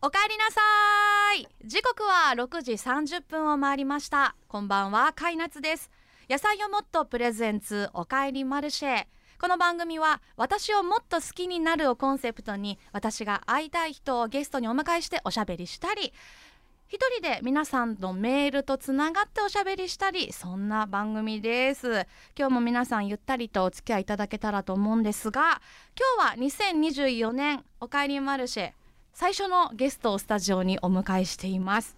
おかえりなさい時刻は6時30分を回りましたこんばんはかいなつです野菜をもっとプレゼンツおかえりマルシェこの番組は私をもっと好きになるをコンセプトに私が会いたい人をゲストにお迎えしておしゃべりしたり一人で皆さんのメールとつながっておしゃべりしたりそんな番組です今日も皆さんゆったりとお付き合いいただけたらと思うんですが今日は2024年おかえりマルシェ最初のゲストをスタジオにお迎えしています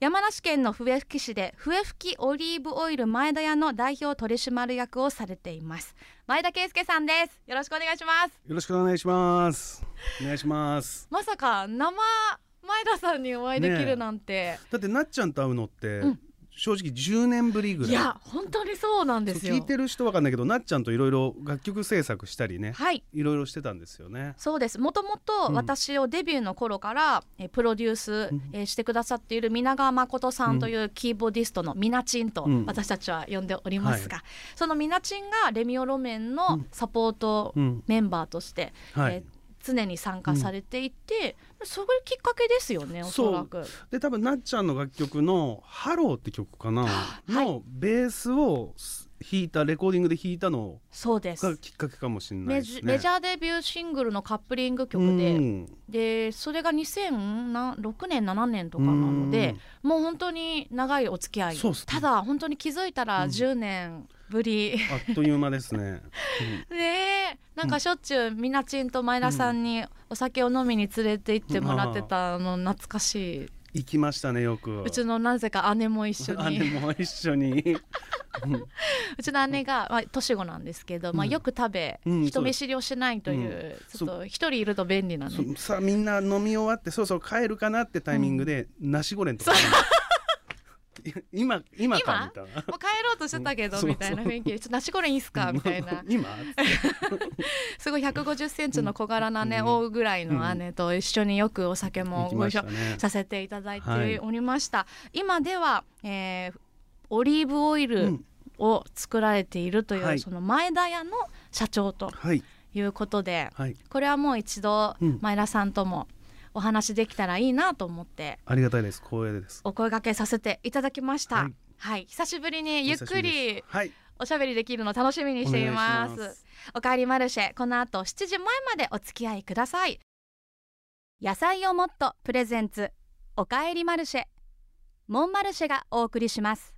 山梨県の笛吹市で笛吹オリーブオイル前田屋の代表取締役をされています前田圭介さんですよろしくお願いしますよろしくお願いします。お願いします。まさか生前田さんにお会いできるなんて、だってなっちゃんと会うのって、うん正直10年ぶりぐらい。いや本当にそうなんですそうよ聞いてる人わかんないけど、なっちゃんといろいろ楽曲制作したりね、はいいろいろしてたんですよね。そうですもともうとん私をデビューの頃から、えープロデュース、うんえーしてくださっている皆川誠さうんんというキーボディストのみなちんとうん私たちは呼んでおりますが、そのみなちんがレミオロメンうのんサポートうん、メンバーとして、はい。えー常に参加されていて、それきっかけですよねおそらく。で、多分なっちゃんの楽曲のハローって曲かな、いのベースを弾いたレコーディングで弾いたのそうですがきっかけかもしれないメでジすね。メジャーデビューシングルのカップリング曲で、うんでそれが2006年7年とかなので、もう本当に長いお付き合い、そうっすねただ本当に気づいたらうん10年ぶり、 うんあっという間ですね。ねえなんかしょっちゅうみなちんと前田さんにお酒を飲みに連れて行ってもらってたの懐かしい、うん行きましたねよく。うちのなぜか姉も一緒 あれにも一緒に。 うちの姉が、まあ、年子なんですけど、まあ、うんよく食べ、うん人見知りをしないという、うんちょっと一人いると便利なのそさあみんな飲み終わってそろそろ帰るかなってタイミングで、ナシゴレンとか 今今かみたいなもう帰ろうとしてたけど、うんみたいな雰囲気で「ちょっとナシゴレンいいっすか?」みたいな 今すごい1 5 0センチの小柄なね、うん大ぐらいの姉と一緒によくお酒も 行きごま一し緒たねさせていただいはていおりました、今では、えーオリーブオイうルんを作られているという、はいその前田屋の社長とはいいうことではいこれはもう一度うん前田さんともお話できたらいいなと思ってありがたいです光栄ですお声掛けさせていただきました。ははいい、久しぶりにゆっくお久しぶでりすはいおしゃべりできるの楽しみにしていますお願いしますおかえりマルシェこの後7時前までお付き合いください野菜をもっとプレゼンツおかえりマルシェモンマルシェがお送りします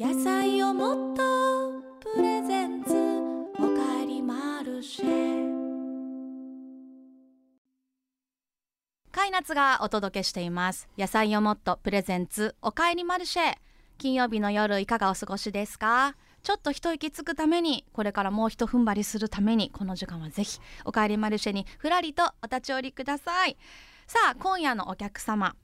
野菜をもっとプレゼンツおかえりマルシェカイナツがお届けしています野菜をもっとプレゼンツおかえりマルシェ金曜日の夜いかがお過ごしですかちょっと一息つくためにこれからもうひと踏ん張りするためにこの時間はぜひおかえりマルシェにふらりとお立ち寄りくださいさあ今夜のお客様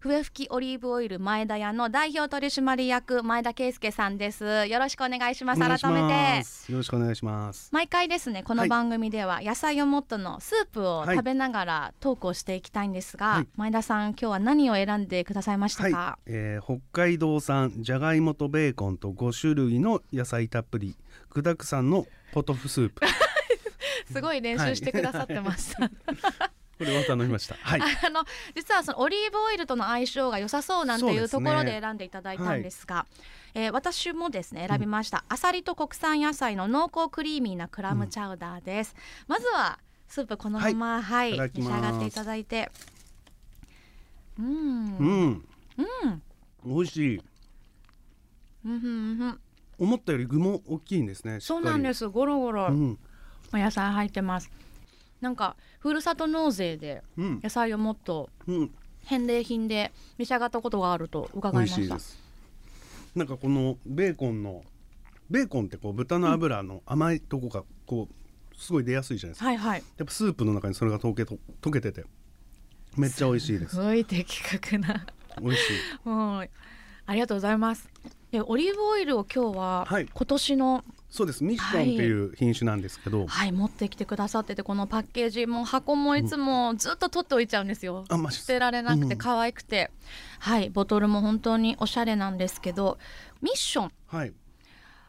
笛吹きオリーブオイル前田屋の代表取締役前田圭介さんですよろしくお願いしますお願いし改めまてすよろしくお願いします毎回ですねこのはい番組では野菜をもっとのスープをはい食べながらトークをしていきたいんですが、はい前田さん今日は何を選んでくださいましたか、はい、えー北海道産じゃがいもとベーコンと5種類の野菜たっぷり具沢山のポトフスープすごい練習してくださってま した、これを頼みましたはい あの実はそのオリーブオイルとの相性が良さそうなんていうそとうですねころで選んでいただいたんですが、えー私もですね選びました、アサリと国産野菜の濃厚クリーミーなクラムチャウダーです、まずはスープこのままはい、いただき召します上がっていただいてううんん、うん、美味しいうんふんふん思ったより具も大きいんですねそうなんですすゴロゴロうんお野菜入ってますなんかふるさと納税でうん野菜をもっとうん返礼品で召し上がったことがあると伺美いま味ししいたですなんかこのベーコンのベーコンってこう豚の脂の甘いとこがこうすごい出やすいじゃないですかはいはいやっぱスープの中にそれが溶けと溶けててめっちゃ美味しいですすごい的確な 美味しいもうありがとうございますでオリーブオイルを今日ははい今年の、はいそうですミッションっていう品種なんですけど、持ってきてくださっててこのパッケージも箱もいつもずっと取っておいちゃうんですよ、あんまし捨てられなくうてん可愛くて、はいボトルも本当におしゃれなんですけどミッションはい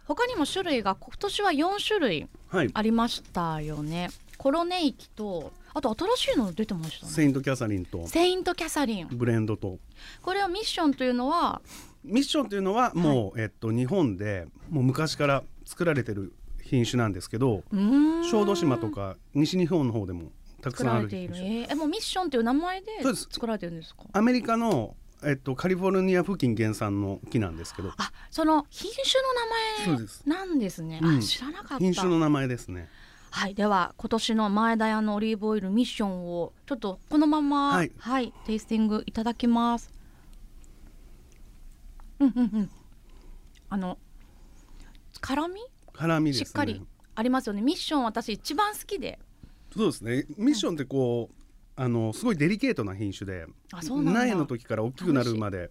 他にも種類が今年は4種類はいありましたよねコロネイキとあと新しいの出てましたねセイント・キャサリンとセイント・キャサリンブレンドとこれはミッションというのはミッションというのはもう、えっと、日本でもう昔から作られてる品種なんですけどうーん小豆島とか西日本の方でもた作くさんらあれるてい品る種えーえもうミッションという名前でそうです作られてるんですかアメリカの、えっと、カリフォルニア付近原産の木なんですけどあその品種の名そう前ですなんですねうあん知らなかった品種の名前ですねはいでは今年の前田屋のオリーブオイルミッションをちょっとこのままははいい、テイスティングいただきますうんうんうんあの辛み辛みですしねっかりありますよねミッション私一番好きでそうですねミッションってこう、あのすごいデリケートな品種であそうなんだ苗の時から大きくなるまで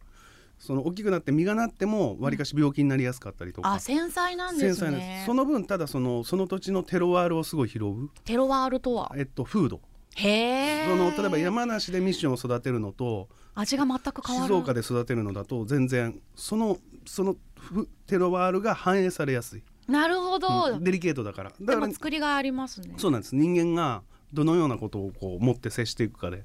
その大きくなって実がなってもわりかし病気になりやすかったりとか、あ繊細なんで繊す細なんねその分ただそのその土地のテロワールをすごい拾う、テロワールとはえっと、風土へえその例えば山梨でミッションを育てるのと味が全く変わる静岡で育てるのだと全然そのそのふテロワールが反映されやすい、なるほど、うんデリケートだからでだかもら作りがいありますねそうなんです人間がどのようなことをこう持って接していくかで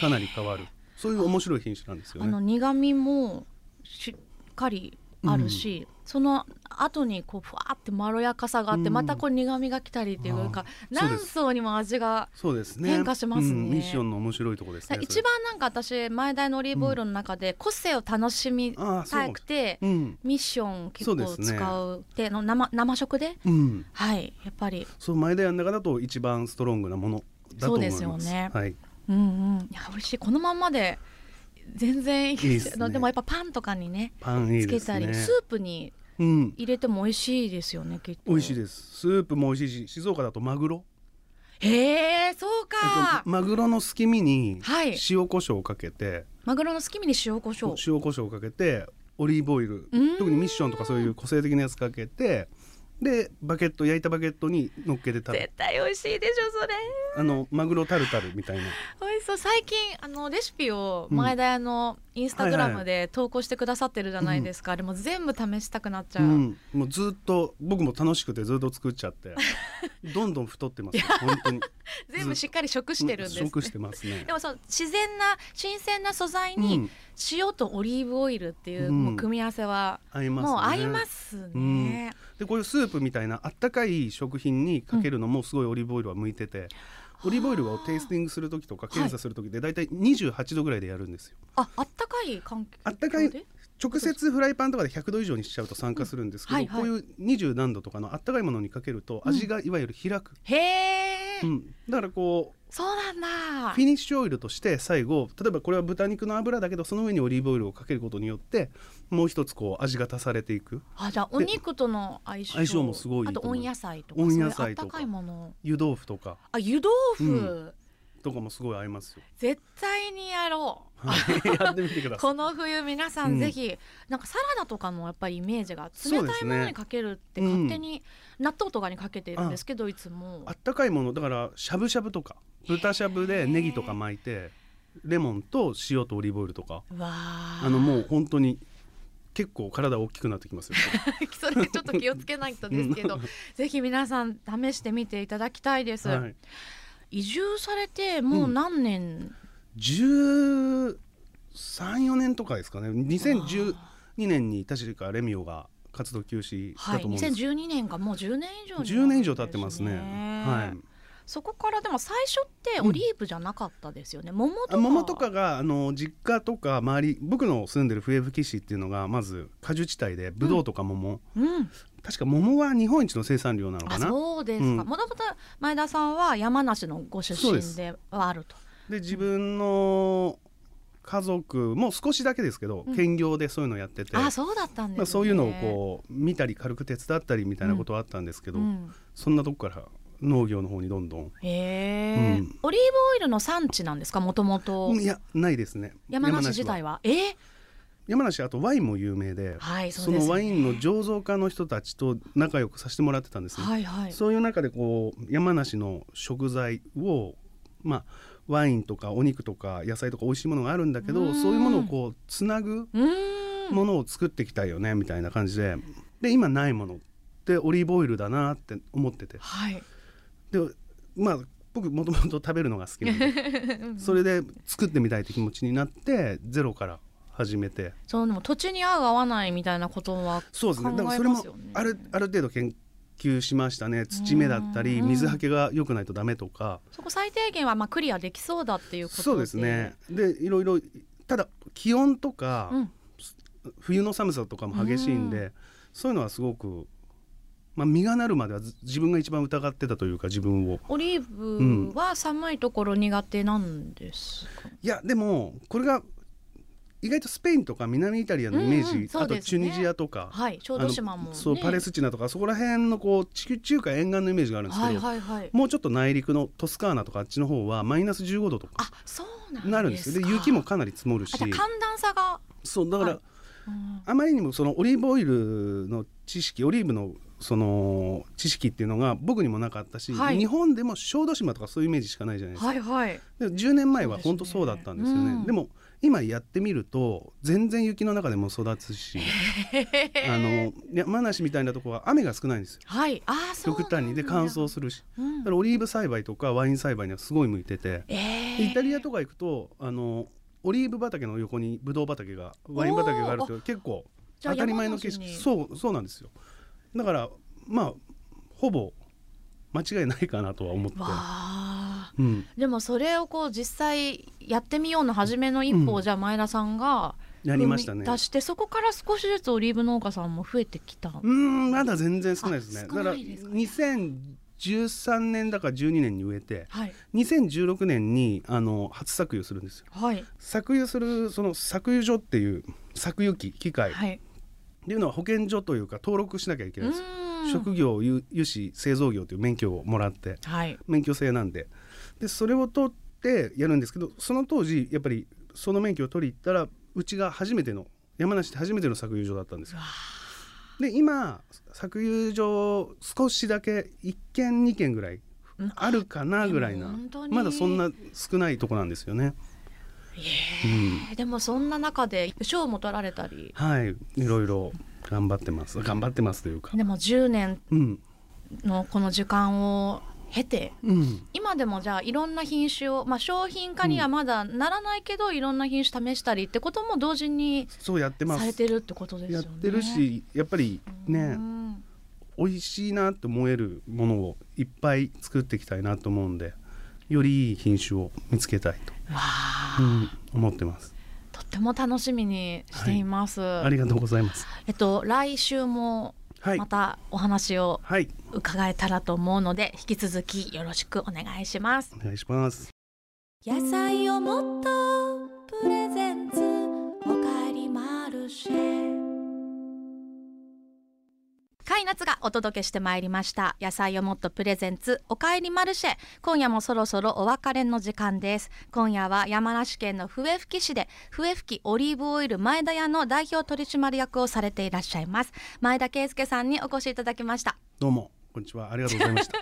かなり変わるそういう面白い品種なんですよあのね。苦味もしっかりあるし、その後にこうふわーってまろやかさがあって、うんまたこう苦味が来たりっていうなんかそう何です層にも味がそうですね変化しますねうんミッションの面白いとこですね一番なんか私前代のオリーブオイルの中で個性を楽しみああそたうくてうん、ミッション結構そうですね使うでの生生食でうん、はいやっぱりそう前田屋の中だと一番ストロングなものだと思いますそうですよねはい、うんうんいや美味しいこのまんまで全然いいいですねあのでもやっぱパンとかにねパンいいつけですたねりスープにうん、入れても美味しいですよねきっと美味しいですスープも美味しいし静岡だとマグロ、へえそうえかっ、と、マグロのすき身にはい塩コショウをかけて、マグロのすき身に塩コショウ塩コショウをかけてオリーブオイルうーん特にミッションとかそういう個性的なやつかけてでバケット焼いたバケットに乗っけて食べる絶対美味しいでしょそれあのマグロタルタルみたいな美味しそう最近あのレシピをうん前田屋のインスタグラムで投稿してくださってるじゃないですか、あれも全部試したくなっちゃう、うん、もうずっと僕も楽しくてずっと作っちゃって どんどん太ってます、ね、本当に全部しっかり食 してるんです、ね食してますねでもそう自然な新鮮な素材うにん塩とオリーブオイルっていう,、うんもう組み合わせは合いますねもう合いますうねん、でこういうスープみたいなあったかい食品にかけるのもすごいオリーブオイルは向いてて、オリーブオイルをテイスティングする時とかい検査する時でだいたい28度ぐらいでやるんですよ。ああったかい環境であったかい直接フライパンとかで100度以上にしちゃうと酸化するんですけど、うんはいはいこういう20何度とかのあったかいものにかけるとうん味がいわゆる開く、へえ、うんだからこうそうなんだフィニッシュオイルとして最後例えばこれは豚肉の油だけどその上にオリーブオイルをかけることによってもう一つこう味が足されていくあじゃあお肉との相性相性もすごいいあいとと思う温野菜とか温野そういう菜とあったかかいもの湯豆腐とかあ湯豆腐、うんとかもすごい合いますよ。絶対にやろう はいやってみてください。この冬皆さんぜひ、なんかサラダとかもやっぱりイメージが冷そうでたいすもねのにかけるってうん勝手に納豆とかにかけてるんですけど、いつもあったかいものだからしゃぶしゃぶとか豚しゃぶでネギとか巻いてレモンと塩とオリーブオイルとかうわーあのもう本当に結構体大きくなってきますよ。 それちょっと気をつけないとですけ ど、ぜひ皆さん試してみていただきたいです、はい、移住されてもう何年、 13、4年とかですかね2012年に確かレミオが活動休止はだい、と思うんですけど、 2012年がもう10年以上になるんですね10年以上経ってますね。はいそこからでも最初ってオリーブじゃなかったですよね、桃とあか桃とかがあの実家とか周り僕の住んでる笛吹市っていうのがまず果樹地帯でブドウとか桃、うん確か桃は日本一の生産量なのあかなそうですかうんもともと前田さんは山梨のご出そう身ですではあるとで自分の家族も少しだけですけど、うん兼業でそういうのやっててあそうだったんです、ねまあ、そういうのをこう見たり軽く手伝ったりみたいなことはあったんですけど、んそんなとこから農業の方にどんどん、へえ、うんオリーブオイルの産地なんですかもともといやないですね山梨自体ははえー山梨あとワインも有名で、はいそうそです、ね、のワインの醸造家の人たちと仲良くさせてもらってたんですね、はいはいそういう中でこう山梨の食材をまあワインとかお肉とか野菜とか美味しいものがあるんだけうんどそういうものをこうつなぐうーんものを作っていきたいよねみたいな感じでで今ないものってオリーブオイルだなって思っててはいでまあ僕もともと食べるのが好きなんで それで作ってみたいって気持ちになってゼロから始めてそのでも土地に合う合わないみたいなことはそうですねだからそれ考もえますよねあるある程度研究しましたね土目だったりうん水はけが良くないとダメとかそこ最低限はまあクリアできそうだっていうことそうですねでいろいろただ気温とか、うん冬の寒さとかも激しいんで、うそういうのはすごく、まあ、実がなるまではず自分が一番疑ってたというか自分をオリーブは寒いところ苦手なんですか、いやでもこれが意外とスペインとか南イタリアのイメージ、うんうんそあうですねとチュニジアとか、はい小あ豆の島も、ね、そうパレスチナとかそこら辺のこう地中海沿岸のイメージがあるんですけど、はいはいはいもうちょっと内陸のトスカーナとかあっちの方はマイナス15度とかあそうなんですかなるんですよで雪もかなり積もるしあじゃあ寒暖差が、そうだから、はいうんあまりにもそのオリーブオイルの知識オリーブのその知識っていうのが僕にもなかったし、はい日本でも小豆島とかそういうイメージしかないじゃないですか、はいはいで10年前そはうですね本当そうだったんですよねでうんも今やってみると全然雪の中でも育つし、あの山梨みたいなとこは雨が少ないんですよはいあーそうなん極だ端にで乾燥するしうんだからオリーブ栽培とかワイン栽培にはすごい向いてて、えでイータリアとか行くとあのオリーブ畑の横にブドウ畑がワイン畑があると結構じゃあ当たり前の景山色梨にそうそうなんですよだからまあほぼ間違いないかなとは思って、わあうん、でもそれをこう実際やってみようの初めの一歩を、うんじゃあ前田さんがやりましたね出してそこから少しずつオリーブ農家さんも増えてきた、うーんまだ全然少ないですねあだ少かならいですか2013年だから12年に植えてはい2016年にあの初搾油するんですよはい搾油するその搾油所っていう搾油機機械っはいていうのは保健所というか登録しなきゃいけうないんですよーん職業有油脂製造業という免許をもらってはい免許制なんででそれを取ってやるんですけどその当時やっぱりその免許を取りに行ったらうちが初めての山梨で初めての搾油所だったんですよ。で今搾油所少しだけ1軒2軒ぐらいうんあるかなぐらいでなも本当にまだそんな少ないとこなんですよね。えーでもそんな中で賞も取られたりはいいろいろ頑張ってます頑張ってますというか。でも10年うんのこの時間を経てうん、今でもじゃあいろんな品種を、まあ、商品化にはまだならないけど、いろんな品種試したりってことも同時にそうやってまされす。てるってことですよやっね。てるしやっぱりね、うん美味しいなって思えるものをいっぱい作っていきたいなと思うんでよりいい品種を見つけたいと、わあうん思ってますとっても楽しみにしています。ありがとうございますえっと来週もはいまたお話をはい伺えたらと思うので引き続きよろしくお願いします。お願いします野菜をもっとプレゼンツおかえりマルシェカイナツがお届けしてまいりました野菜をもっとプレゼンツおかえりマルシェ今夜もそろそろお別れの時間です今夜は山梨県の笛吹市で笛吹オリーブオイル前田屋の代表取締役をされていらっしゃいます前田圭介さんにお越しいただきましたどうもこんにちはありがとうございました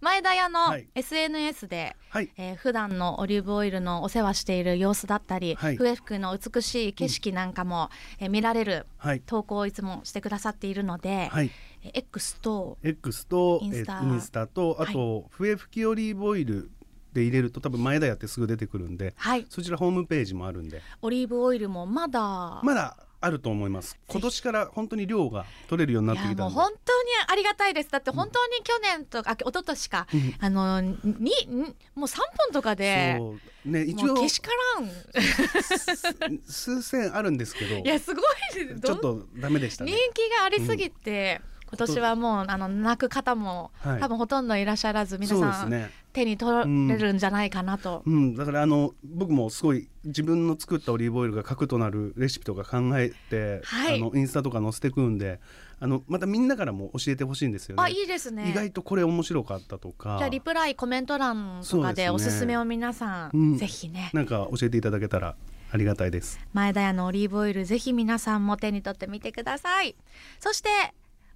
前田屋のはい SNS で、はいえー普段のオリーブオイルのお世話している様子だったり、はい笛吹の美しい景色なんかも、えー見られるはい投稿をいつもしてくださっているので、はいえー X と X とインスタえーインスタとあと、笛吹きオリーブオイルで入れると多分前田やってすぐ出てくるんではいそちらホームページもあるんでオリーブオイルもまだ、まだあると思います今年から本当に量が取れるようになっていやきたもうんで本当にありがたいですだって本当に去年とか、あ一昨年か、うんあのににもう3本とかで。そうね一もう応けしからんい数千あるんですけどやすごいですちょっどんとダメでした人ね。気がありすぎて、今年はもうあの泣く方も、はい多分ほとんどいらっしゃらず皆そうでさすん、ね。手に取れるんじゃないかなと、うん、だからあの僕もすごい自分の作ったオリーブオイルが核となるレシピとか考えて、はいあのインスタとか載せてくんで、あのまたみんなからも教えてほしいんですよね。あいいですね意外とこれ面白かったとかじゃあリプライコメント欄とかでそうおですすねすめを皆さん、うんぜひねなんか教えていただけたらありがたい です。前田屋のオリーブオイルぜひ皆さんも手に取ってみてくださいそして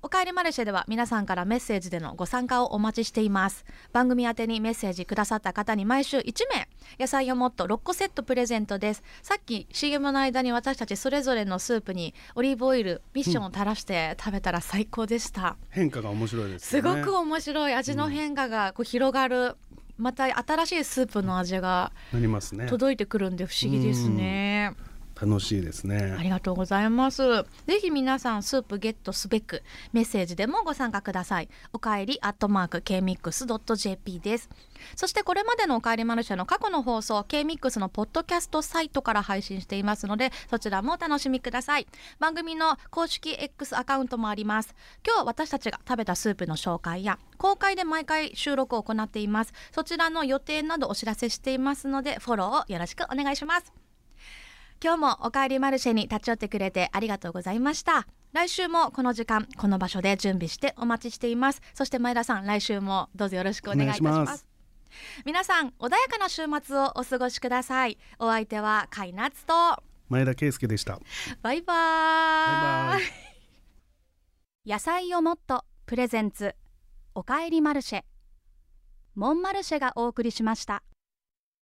おかえりマルシェでは皆さんからメッセージでのご参加をお待ちしています番組宛てにメッセージくださった方に毎週1名野菜をもっと6個セットプレゼントですさっき CM の間に私たちそれぞれのスープにオリーブオイルミッションを垂らして食べたら最高でした、変化が面白いですすよね。ごく面白い味の変化がこう広がるまた新しいスープの味がなりますね届いてくるんで不思議ですね。楽しいですあねりがとうございます。ぜひ皆さんスープゲットすべくメッセージでもご参加ください。おかえりアットマーク kmix.jp です。そしてこれまでのおかえりマルシェの過去の放送 kmix のポッドキャストサイトから配信していますのでそちらもお楽しみください。番組の公式 X アカウントもあります。今日私たちが食べたスープの紹介や公開で毎回収録を行っています。そちらの予定などお知らせしていますのでフォローをよろしくお願いします。今日もおかえりマルシェに立ち寄ってくれてありがとうございました来週もこの時間この場所で準備してお待ちしていますそして前田さん来週もどうぞよろしくお願いいたしますお願いします皆さん穏やかな週末をお過ごしくださいお相手はカイナツと前田圭介でしたバイバーイバイバイ野菜をもっとプレゼンツおかえりマルシェモンマルシェがお送りしました